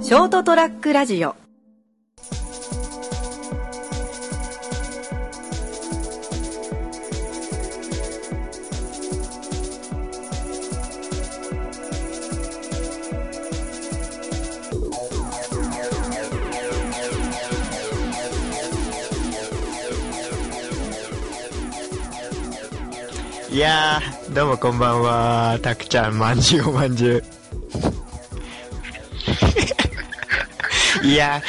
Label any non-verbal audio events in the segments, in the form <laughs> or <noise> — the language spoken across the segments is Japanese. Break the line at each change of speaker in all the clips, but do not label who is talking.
ショートトラックラジオ
いやー、どうもこんばんは。たくちゃん、まんじゅうおまんじゅう。いや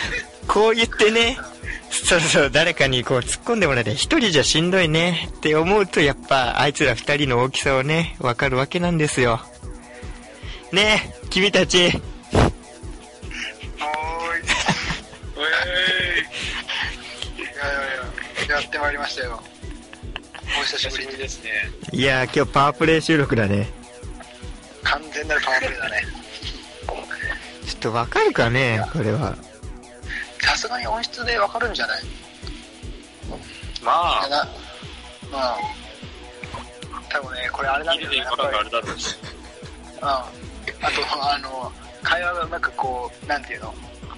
ー、こう言ってね、そうそう、誰かにこう突っ込んでもらって、一人じゃしんどいねって思うと、やっぱ、あいつら二人の大きさをね、わかるわけなんですよ。ねえ、君たち、
おーい。おい。いやいやいや、やってまいりましたよ。お久しぶりですね。
いやー、今日パワープレイ収録だね。
完全なるパワープレイだね。
ちょっとわかるかね、これは。
さすがに音質でわかるんじゃない
ま
か
あ、
な。まあ。多分ね、これあれなんだ
見
よね。
てい
や
う
っ
こ
ぱ
と
り
があるだろうし。
うん。あと、あの、会話がうまくこう、なんていうの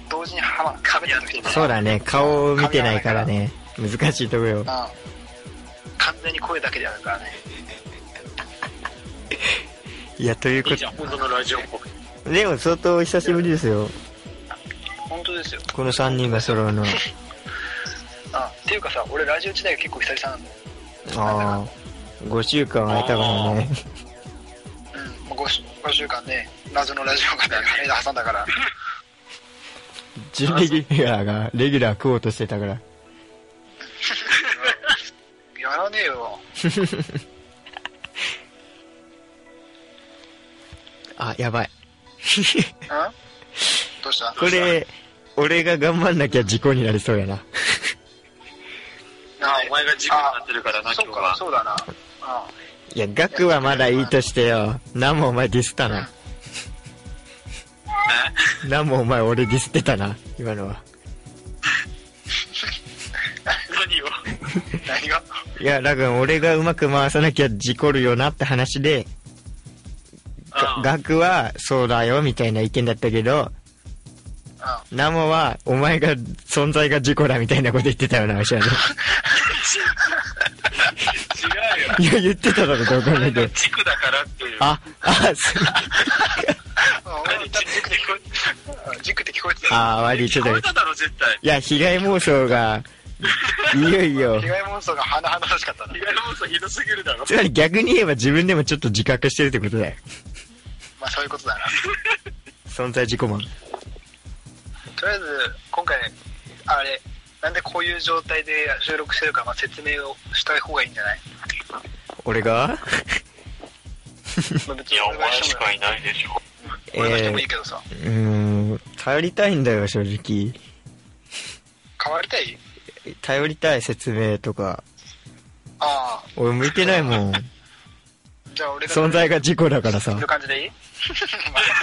同時にはま、かぶった時に。
そうだね、顔を見てないからね、難しいとこよ
うん。。完全に声だけでやるからね。
いや、というこ
いいじゃん、本当のラジオっぽく。
と、でも相当お久しぶりですよ。
本当ですよ。
この3人が揃う <laughs> のは。
あっていうかさ、俺ラジオ時代が結構久々なんだよ。
ああ。5週間空いたからね。
うん、もう 5, 週間ね、謎のラジオが
<laughs>
ね、間挟んだから。
準レギュラーが、レギュラー食おうとしてたから。
やらねえよ。
<laughs> あ、やばい。
んどうした
<laughs> これ、俺が頑張んなきゃ事故になりそうやな。
あお前が自分になってるからな、
そ
今
うか
日は、。
そうだな。
いや、額はまだいいとしてよ。何もお前ディスった <laughs> な。何もお前俺ディスってたな。今のは。
何を。
うん。何
<laughs>
が
いや、ラグン、俺がうまく回さなきゃ事故るよなって話で、が
うん
額はそうだよみたいな意見だったけど、ナモは、お前が、存在が事故だみたいなこと言ってたよな、わしはね。
違うよ。
いや、言ってただろ、どう考
あれ
えて
が
も。
地区だからっていう。
あ、あ、す
うん。うん、
何、
俺だっ
地区で聞こ
て、軸って聞こえてたよ。
あー、悪
え
い、ちょ
聞
っと
こ
待
え
って。
ただろ、絶対。
いや、被害妄想が、いよいよ
被。害妄想が華々しかったな
被。害妄想ひどすぎるだろ。
つまり逆に言えば自分でもちょっと自覚してるってことだよ。
まあそういうことだな。
存在事故マン。
とりあえず、今回、あれ、なんでこういう状態で収録してるか、まあ、説明をしたい方がいいんじ
<laughs>
ゃない
俺が
まあ別に俺がしても
いないでしょ。
俺がしてもいいけどさ。
うーん、頼りたいんだよ、正直。
変わりたい
頼りたい説明とか。
ああ、
俺向いてない <laughs> もん。
じゃあ俺が。
存在が事故だから
い
さ
る。感じでいい <laughs>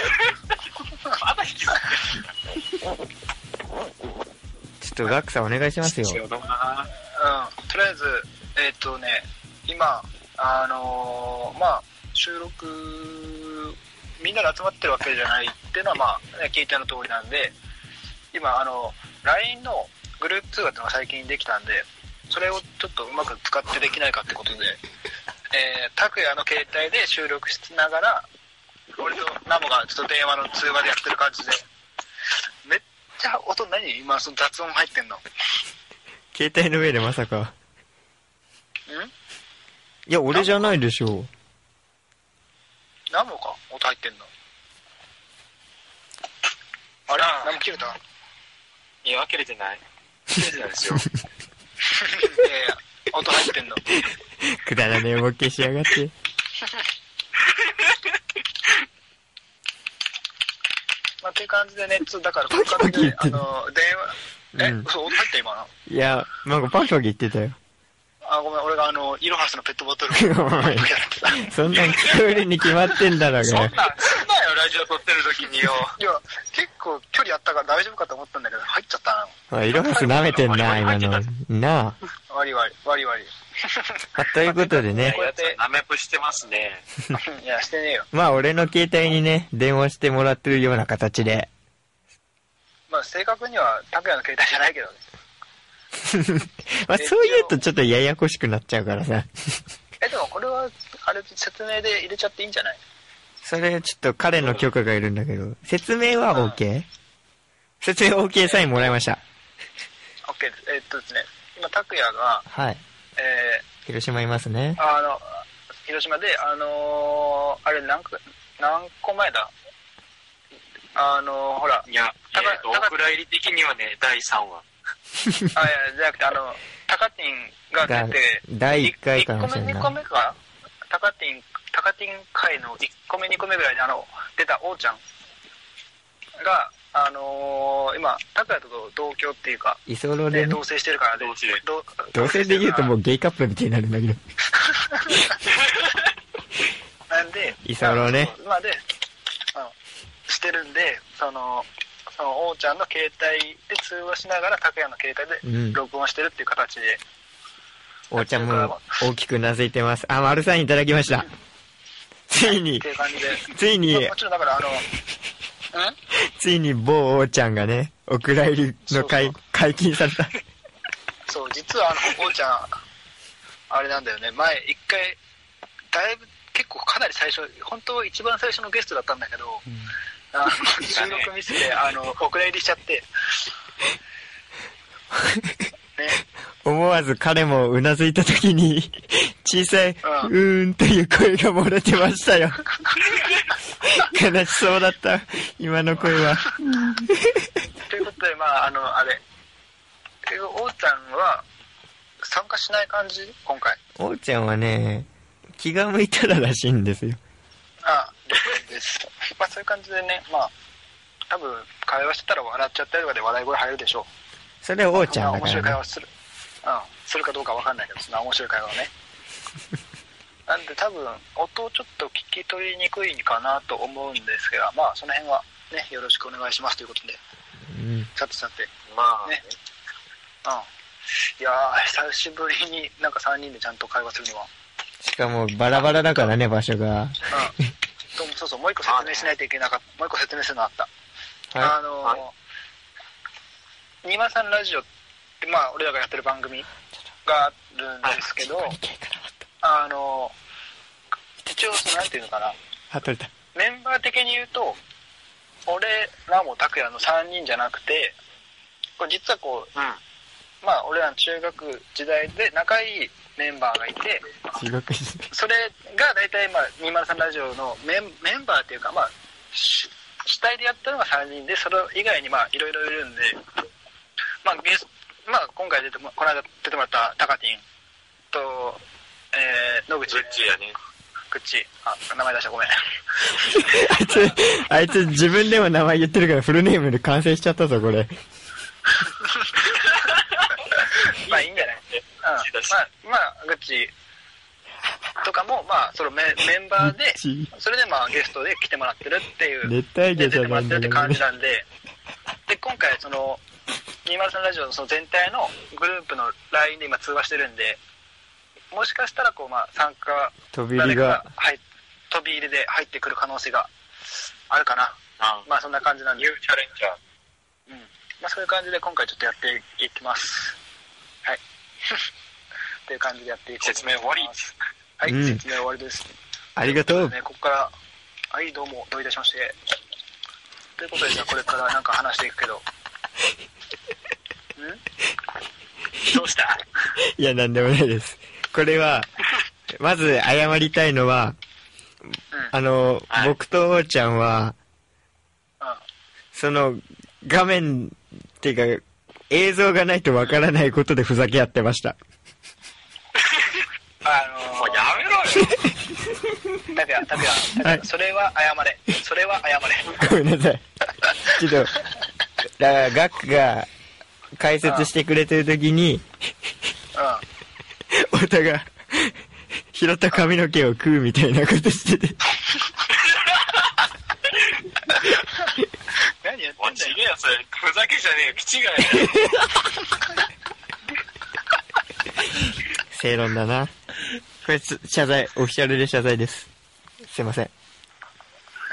ちょっ
まだ引きずって
とガクさんお願いしますよ。
るよな。
うん、とりあえず、えっ、とね、今、あのーまあ、収録、みんなで集まってるわけじゃないっていうのは、まあ、ね聞いての通りなんで、今、あの、LINE のグループ通話っていうのが最近できたんで、それをちょっとうまく使ってできないかってことで、えー、拓也の携帯で収録しながら、俺とナモがちょっと電話の通話でやってる感じで、めっちゃ音何今、その雑音入ってんの。
<laughs> 携帯の上でまさか。
ん
いや、俺じゃないでしょう。
ナモか音入ってんのあれナモ切れた <laughs> い
いや、切れてない。切れてないですよ。
やいや音入ってんの
<laughs> くだらねえボケしやがって。
まあっていう感じでねちょっとだからこ
パ
の
キパ
感
キ言
じ
って
であ
んの
の電話え、
うん
嘘音入った今の
いや、なんかパキパキ言ってたよ。
あごめん俺があのイロハスのペットボトル <laughs>
おいそんなん聞こえるに決まってんだろう
そんな、
が
そん。なよ、ラジオ撮ってる時によ。
いや結構距離あったから大丈夫かと思ったんだけど入っちゃったな
おい、色ハス舐めてんな、今
パキ
の
パキ。
なあ。
わりわりわり <laughs> わり
まあということでね
こ、うやって、ナメプしてますね。
いやしてねえよ
まあ俺の携帯にね、電話してもらってるような形で、
分正確には拓也の携帯じゃないけどね。
まあ、そう言うとちょっとややこしくなっちゃうからさ。
え、でもこれは、あれ説明で入れちゃっていいんじゃない
それ、ちょっと彼の許可がいるんだけど、説明は OK? 説明 OK サインもらいました。
?OK です。えっとですね、今拓也が、
はい。
え
広島いますね
ー。あの、広島で、あのーあれ何個、何個前だあのーほら、
いや、
ただ
えっと、
ただ
お蔵入り的にはね、第3話。
あ、いや、じゃなくて、あの、タカティンが出て、
が第一回かもしれない
1個目、2個目かタカティン、タカティン回の1個目、2個目ぐらいで、あの、出た王ちゃんが、あのー今、タクヤと同居っていうか、
居候
で、
でね
同。棲してるからで、
同棲
同
同性で言うとも
う。
うゲイカップルみたいになるんだけど。
なんで、
居候ね
まあで、あのしてるんで、その、その王ちゃんの携帯で通話しながら、タクヤの携帯
う
で
ん
録音してるっていう形で、
お茶も大きくうなずいてます。あ、丸サインいただきました。ついに
って、いう感じで。
つ <laughs> いに
まあもちろんだから、あの、ん
ついに某王ちゃんがね、お蔵入りの解
そう
解禁された。
そう、実はあの、おうちゃん、あれなんだよね、前、一回、だいぶ、結構かなり最初、本当一番最初のゲストだったんだけど、あの収録ミスで、あの、お蔵入りしち
<laughs>
ゃって、ね、
思わず彼もうなずいた時に、
<laughs>
小さい、う
う
ー
ん
んという声が漏れてました
<laughs>
よ。悲しそうだった、今の声は。
ということで、まあ、あの、あれ、結局、おうちゃんは、参加しない感じ今回。
王ちゃんはね、気が向いたららしいんですよ。
あ、です。 <laughs> まあそういう感じでね、まあ、多分会話してたら笑っちゃったりとかで笑い声入るでしょう。
それ王ちゃん
そ
だ
んな面
か
白い会
ら、ね
話。する。うん、するかどうかわかんないけど、そんな面白い会話をね。 <laughs> なんで多分、音をちょっと聞き取りにくいかなと思うんですが、まあその辺はね、よろしくお願いしますということで、
うん、
さてさて、う
まあ、
ねん。いやー、久しぶりになんか3人でちゃんと会話するのは。
しかもバラバラだからね、場所が。
うん。とそうそう、もう一個説明しないといけなかった。もう一個説明するのあった。あ
は
の
はい
ー、ニマさんラジオって、まあ、俺らがやってる番組があるんですけど、
い。いけかなかった
あのー、一応、そのなんていうのかな、
あ、取れた。
メンバー的に言うと、俺らも拓也の3人じゃなくて、これ実はこ
うん。
う、まあ、俺らの中学時代で仲いいメンバーがいて、
地獄に。
それが大体、まあ、203ラジオのメンメンバーっていうか、まあ、し主体でやったのが3人で、それ以外に、まあ、いろいろいるんで、まあ、ゲスまあ、今回出ても、この間出てもらったタカティンと、えー、野口
そっちやね。
口あ、名前出した <laughs> ごめん。
あいつ、あいつ自分でも名前言ってるからフルネームで完成しちゃったぞ、これ。
まあ、いいんじゃないうん。まあ、まあ、口とかも、まあ、そのメメンバーで、
ち
それでまあゲストで来てもらってるっていう。
熱帯魚
出
じゃ
ても
な
ら
い
っ
ん
て
だ
るって
けど
感
ね
じ。なんで、で、今回その、203ラジオのその全体のグループの LINE で今通話してるんで、もしかしたらこう、まあ、参加、
飛び入
誰
り
か
が
が。入っ飛び入りで入ってくる可能性があるかな。
あ
まあ、そんな感じなん
ニ
で
ュー、チャレンジャー。
うん。まあ、そういう感じで今回ちょっとやっていきます。はい。 <laughs> っていう感じでやっていこうと
説
思い
明
ます
終わり。
はい、
うん
説明終わりです。
ありがとう
ね。、ここから、はい、どうも、どういたしまして。ということでじゃあこれからなんか話していくけど。んどうした
いや、なんでもないです。これは、まず謝りたいのは、
うん。
あの、
はい
僕と王ちゃんは、
うん
その、画面、っていうか、映像がないとわからないことでふざけ合ってました。
あのー、
<laughs> もうやめろよ。
たくや、たくや、
は
拓也
い
それは謝れ。それは謝れ。
ごめんなさい。ちょっと、だから、ガックが解説してくれてるときに、
う
太田が拾った髪の毛を食うみたいなことしてて。
ん。何やっ
お
てんだよ。
いちげえよ、それ。ふざけじゃねえよ。気違いだよ。
正論だな。これつ、謝罪、オフィシャルで謝罪です。すいません。
は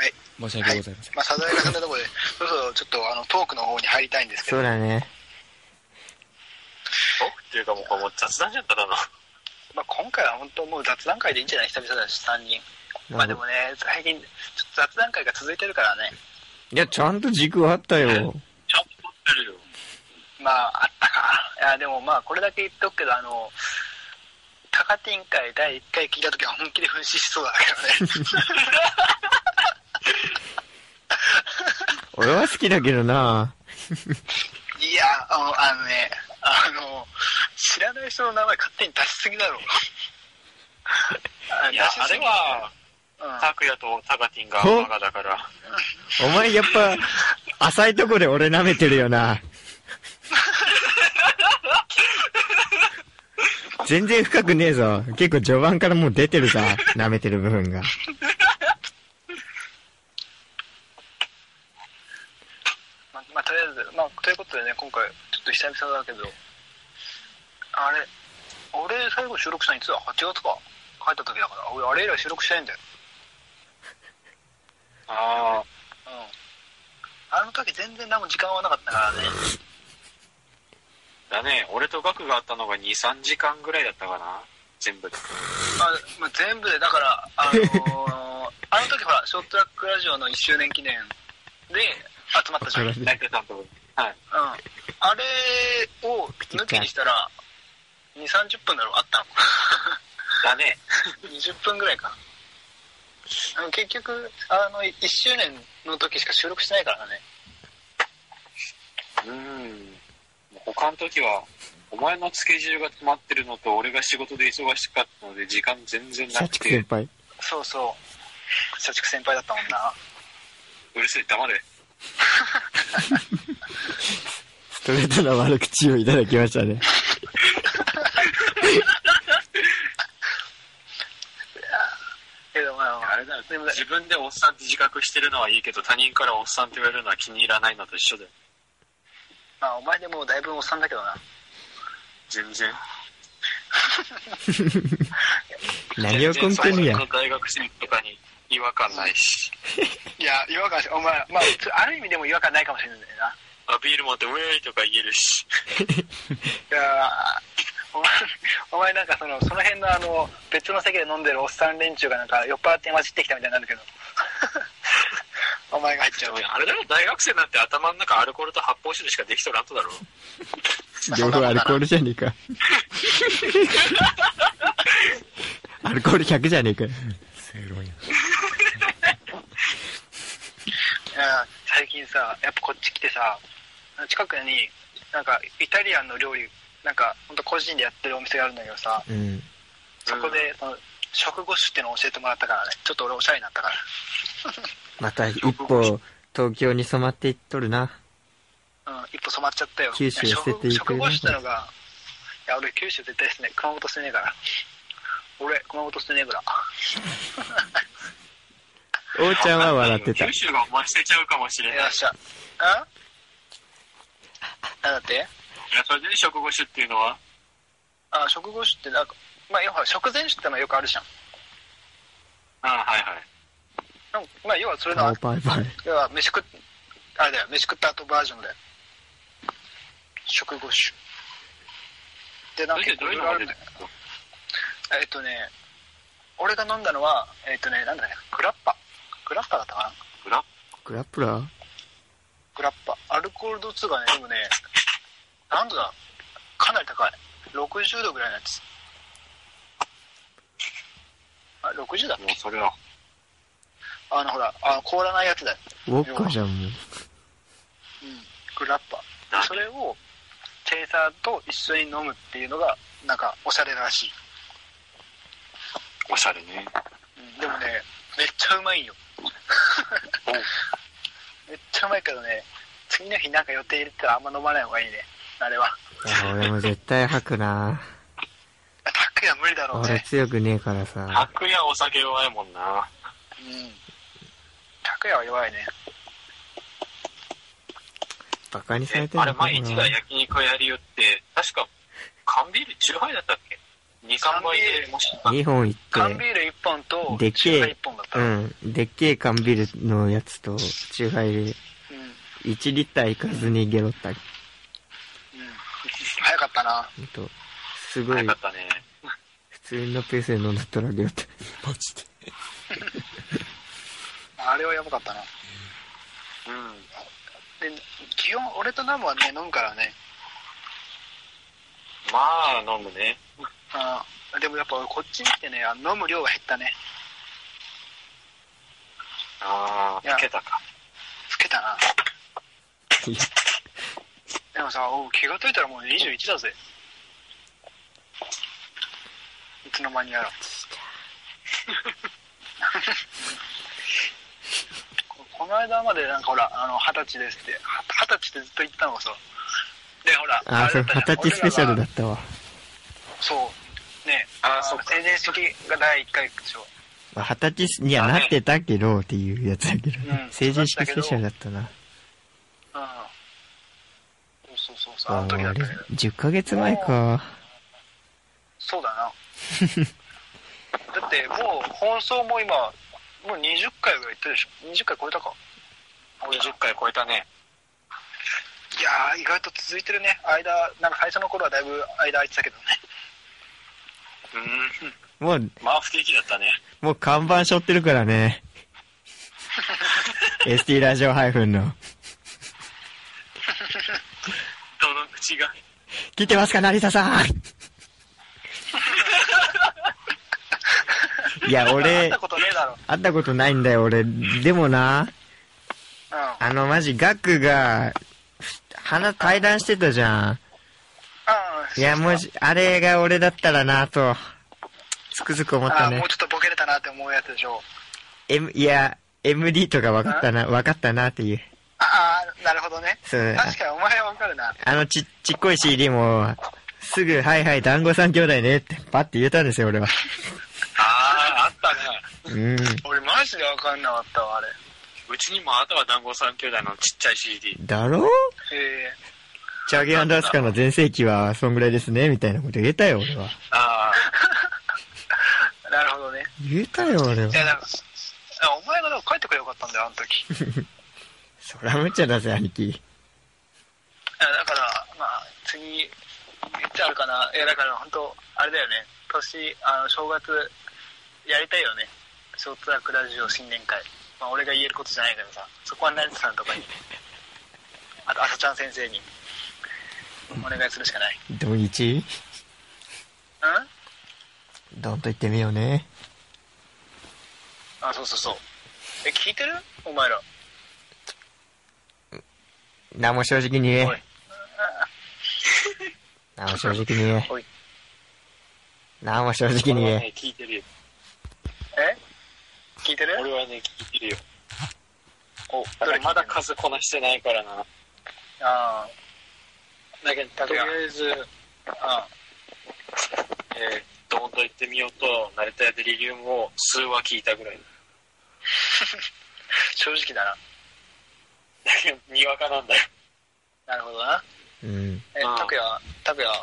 い。
申し訳ございません。
まあ、サザエがそんなところで、そろそろちょっとあのトークの方に入りたいんですけ
そ
ど
う、だね。
僕っていうかもうこれもう雑談じゃっただな。
まあ、今回は本当もう雑談会でいいんじゃない久々だし、3人。まあでもね、最近、ちょっと雑談会が続いてるからね、
いや、ちゃんと軸あったよ。 <laughs>
ちゃんと撮ってるよ。
まあ、あったか。いや、でもまあ、これだけ言っとくけど、あの、タカティン会第1回聞いたときは本気で噴死しそうだけどね。
<laughs>
俺は好きだけどな。
いや、あのあのね、あの、知らない人の名前勝手に出しすぎだろ。
いや、あれ、は、
うん
拓也とタカティンが我がだから。
お前やっぱ、浅いとこで俺舐めてるよ
<laughs>
な。全然深くねえぞ。結構序盤からもう出てるさ。舐めてる部分が。
まあ、まあ、とりあえず、まあ、ということでね、今回、ちょっと久々だけど、あれ、俺、最後収録したのいつだ ?8 月か。帰った時だから、俺、あれ以来収録してないんだよ。
ああ。
うん。あの時全然何も時間はなかったからね。
だね、俺と額があったのが2、3時間ぐらいだったかな。全部で。
まあ、まあ、全部で、だから、あの
<laughs>
ーあの時ほら、ショートラックラジオの1周年記念で集まったじゃん。うん。
それで
大体さんと。はい。
あれを抜きにしたら、2、30分だろ、あったの。 <laughs>
だね。
20分ぐらいかあの結局あの1周年の時しか収録してないからね
うーん。他の時は、お前のスケジュールが詰まってるのと、俺が仕事で忙しかったので、時間全然な
社
く
畜先
て、
輩。
そうそう社畜先輩だったもんな
うるせえ、黙れ。
ストレートな悪口をいただきましたね。
けどまあ
あれだよ
でも
自分でおっさんって自覚してるのはいいけど、他人からおっさんって言われるのは気に入らないのと一緒だよ。
まあお前でもうだいぶおっさんだけどな
全然。
何を根拠
全
に
然
や
その。大学生とかに違和感ないし。
いや違和感しお前まあつある意味でも違和感ないかもしれないんだよな
あビール持って、ウェーイとか言えるし。
いやーお前 <laughs> お前なんかそのその辺のあの別の席で飲んでるおっさん連中がなんか酔っ払って混じってきたみたいになるけど <laughs> お前が入っちゃう
あれだろ、大学生なんて頭の中アルコールと発泡酒でしかできとらんとだろ。
両方アルコールじゃねえ
<laughs>
か。アルコール100じゃねえか。
正論や。
いや最近さやっぱこっち来てさ近くになんかイタリアンの料理なんか本当個人でやってるお店があるんだけどさ
うん。
そこでその食後酒ってのを教えてもらったからねちょっと俺おしゃれになったから
また一歩、東京に染まっていっとるな。
うん、一歩染まっちゃったよ
九州
いや
捨てていく
食食後してのがいや俺九州絶対してね熊本してねえから俺熊本してねえから
おーちゃんは笑ってた
九。州がお前捨てちゃうかもしれない
い。らっしゃああだって
いや、それで食後酒っていうのは、
あ食後酒ってなんかまあ要は食前酒ってのはよくあるじゃん
あはいはい。
なんかまあ要はそれの
顔パイパイ。
要は飯食っあれだよ飯食った後バージョンだよ食後酒でなん
どう
か
いう
結
ど
構
うい
いうろい
の
ろあ
が
る
出
ん
て
だ
く
よ
るの
えっとね俺が飲んだのはえっとねなんだねグラッパグラッパだったかな
グラ
グラップラー
グラッパアルコール度数がねでもね何度だかなり高い60度ぐらいのやつあ60だっ
もう
け
それは、
あのほらあの凍らないやつだよ
ウォッカじゃん、もう。
うんグラッパ
何
それをチェイサーと一緒に飲むっていうのがなんかおしゃれらしい、
おしゃれね。
うんでもねめっちゃうまいんよ <laughs> めっちゃうまいけどね次の日なんか予定入れてたらあんま飲まない方がいいねあれは
あ俺も絶対吐くな。
あタックや無理だろう
俺
ね
強くねえからさ。
白夜お酒弱いもんな。
うんタクヤは弱いね
バカにされ
え
てる
あれ、
のかな
毎日が焼肉やりよって、確か、缶ビール10杯だったっけ ?2、3杯で、もし、
2本いっ
缶ビ
て、
ール1本と
でけえ
酎ハイ1本だった
うん。でっけえ缶ビールのやつと、チューハイで、
うん。うん。
1リッターいかずにゲロったり。
早かったな。
ほんと、すご
早
い
か、ったね。
普通のペースで飲んだったらゲロった。
マジで。
あれはやばかったな。
うん。
で、基本、俺とナムはね、飲むからね。
まあ、飲むね。
あーでもやっぱこっちに来てね、あの飲む量が減ったね。
あ
いや
あ、つけたか。
老けたな。
いや、
でもさ、おう気がついたらもう21だぜ。いつの間にやら。ここの間までなんかほら、あの、二十歳ですって、は二十歳ってずっと言ってたのがさ。で、ほら、
あー、
れ
そ
だ
れ
っ
二
たじゃん
十歳スペシャルだ。
俺らが
ったわ。
そう。ね
あーそっか
成人式が第一回でしょ。
まあ二十歳にはなってたけど、っていうやつだけどね
う。ん
成人式スペシャルだったな。
うん。そうそうそうそう、あ
あ
の時
ー
だ
あ
っ
れ
たけど。、
10ヶ月前か。
そうだな。 <laughs> だってもう放送も今、もう20回ぐらい行ったでしょ ?20 回超えたか
50回超えたね。
いやー、意外と続いてるね。間、なんか最初の頃はだいぶ間空いてたけどね。
うん。
もう、
まあ、不景気だったね。
もう看板背負ってるから
<laughs>
ね。ST ラジオハイフンの。
どの口が。
聞いてますか、成田さんい
<laughs>
や、
会っ
俺
た、ことねえだろ。
会ったことないんだよ、俺。でもな、
うん。あ
あの、マジ、ガクが、鼻対談してたじゃん。
あ、
いや、もし、あれが俺だったらな、と、つくづく思っ
あ
た
あ、
ね
もう。ちょっとボケれたなって思うやつでしょ。
M、いや、MD とか分かったな、分かったな、っていう。
ああ、なるほどね。
そう、
確かにお前はわかるな。
あのち、ちっこい CD も、すぐ、はいはい、団子三兄弟ねって、パッて言えたんですよ、俺は。
ああ、あったね。
うん。
俺マジでわかんなかったわ、あれ。
うちにもあったわ、団子三兄弟のちっちゃい CD。
だろ
へえ。
チャゲアンダースカの全盛期は、そんぐらいですね、みたいなこと言えたよ、俺は。
あ
なるほどね。。
言えたよ、俺はい
や、なんか、あお前がなんか帰ってくれよかったんだよ、あの時。
そら無茶だぜ、兄貴。
いやだから、まあ、次、いつあるかな。いや、だから、本当あれだよね。年、あの、正月、やりたいよね。ショートラックラジオ新年会。まあ、俺が言えることじゃないけどさ、そこは成田さんとか
<laughs>
に、あと、朝ちゃん先生に、お願いするしかない。
ドン一
うん
ドンと言ってみようね。
あ、そうそうそう。え、聞いてるお前ら。
何も正直に言え
おい。
何も正直に言え
おい。
何も正直
あ。
に
俺
言え。
はね、聞いてるよ。
え聞いてる
俺はね、聞いてるよ。
お、
だ
ど
か
れ
らまだ数こなしてないからな。
あ
だけど、とりあえず、
あ、あ
えー、ドーンと行ってみようと、成田やデリリウムを数話聞いたぐらい。 <laughs>
正直だな。
だけど、にわかなんだよ。
なるほどな。
うん。
え、
うん
拓也、拓也。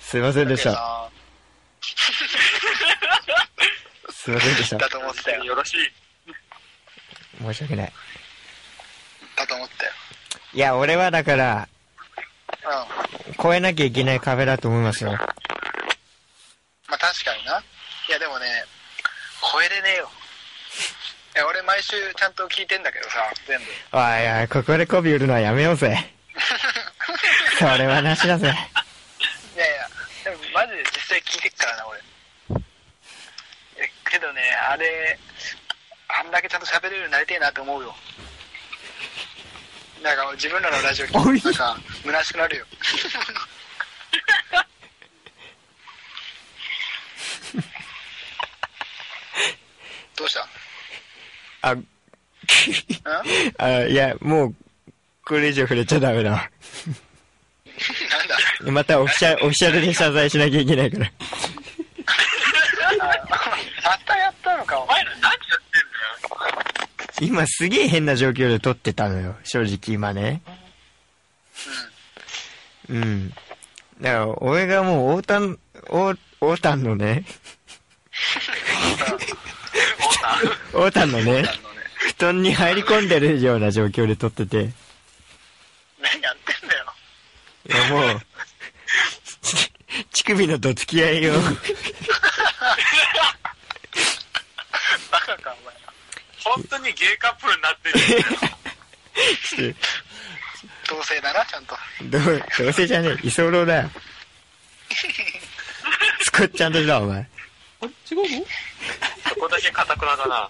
すいませんでし
拓也
た。
さん
すいませんでした
だ。と思ってたよ。
よろしい。
申し訳ない。
だと思ったよ。
いや、俺はだから、
うん。
超えなきゃいけない壁だと思いますよ。
まあ確かにな。いやでもね、超えれねえよ。いや俺毎週ちゃんと聞いてんだけどさ、全部。
おいおい、ここで媚び売るのはやめようぜ。それはなしだぜ。
いやいや、でもマジで実際聞いてっからな、俺。え、けどね、あれ、あんだけちゃんと喋れるようになりてえなって思うよ。なんか自分らのラジオ
お
聞い
い
て、なんか虚しくなるよ。どうした
あ、
ん
<laughs> あ、いや、もう、これ以上触れちゃダメだ。
なんだ
またオフィシャル、オフィシャルで謝罪しなきゃいけないから。
またやったのかお前ら何やってんだよ
今すげえ変な状況で撮ってたのよ。正直今ね。うん。だから、俺がもう、大丹、大、大丹のね、
ボタン
オータンのね
あ、のね、
布団に入り込んでるような状況で撮ってて、い
<laughs> 何やってんだよ。
やもう、ち <laughs> 乳首のどつき合いを、 <laughs>
バカか、お前。
本当にゲイカップルになってるよ。
して
同性だな、ちゃんと。
どう、どうせじゃねえ、居候だよ。スコッチャンドだ、お前。
あれ違うの
そこだけかたくなだな。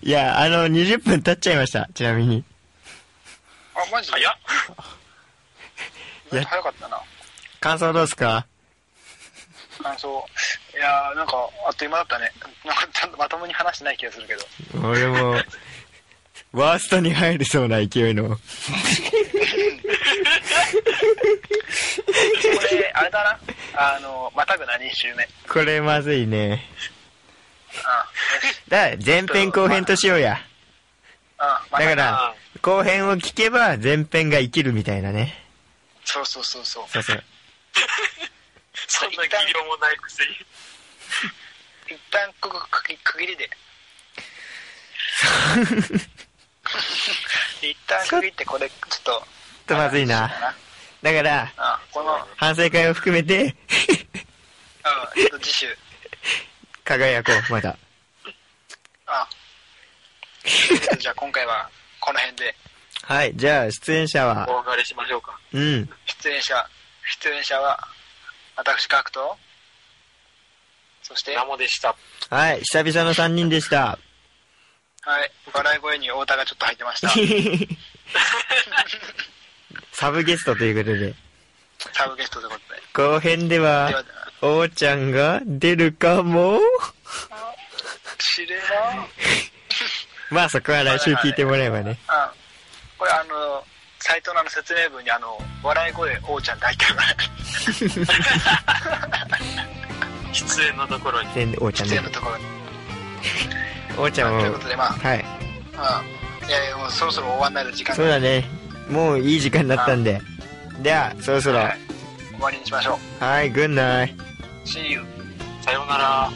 いや、あの、20分経っちゃいました、ちなみに。
あ、マジ
早っ。
意外と早かったな。
感想どうですか
感想。いやー、なんか、あっという間だったね。 <laughs> なんか、ちゃんとまともに話してない気がす
<laughs>
るけど。
俺も、ワーストに入るそうな勢いの。
これ、あれだな。あの、またぐな、2
<laughs>
周目。
これまずいね。
あ、よし。
だ、前編後編としようや。
あ、ま
だ
た
か
ぐな。
ら、後編を聞けば前編が生きるみたいなね。
そうそうそうそう。
そうそう。
そんな技量もないくせに。
一旦ここ区切区切りで <laughs> 一旦区切ってこれちょっとちょっ
とまずいなだから、
あこの、うん、
反省会を含めて、 <laughs>
ちょっと次週
輝こう、また。
あとい
<laughs>
うことでじゃあ今回はこの辺で
はい、じゃあ、出演者は、
お別れしましょうか。
うん。
出演者出演者は私角とそして
ナ
は
モでした。
はい、久々の3人でした。 <laughs>
い笑い声に太田がちょっと入ってました
<laughs> サブゲストということで、
サブゲストということで
後編では
ではで、
おーちゃんが出るかも
知れな
まあそこは来週聞いてもらえば <laughs> ね。
あこれあのサイトのあの説明文にあの笑い声おうちゃんって入ってるから
出演のところに。
全然おーちゃん
出
ね
演の。ところに、
おーちゃんも
ということでまあ、
はい。
うん、いやいやもうそろそろ終わんないと時間
そう
が
だね。もういい時間になったんで。では、そろそろ。
はい終わりにしましょ
はい、グンナイ。
う See you
さようなら。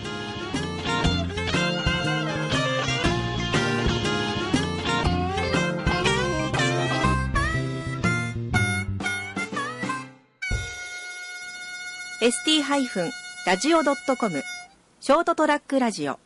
ST-radio.com ショートトラックラジオ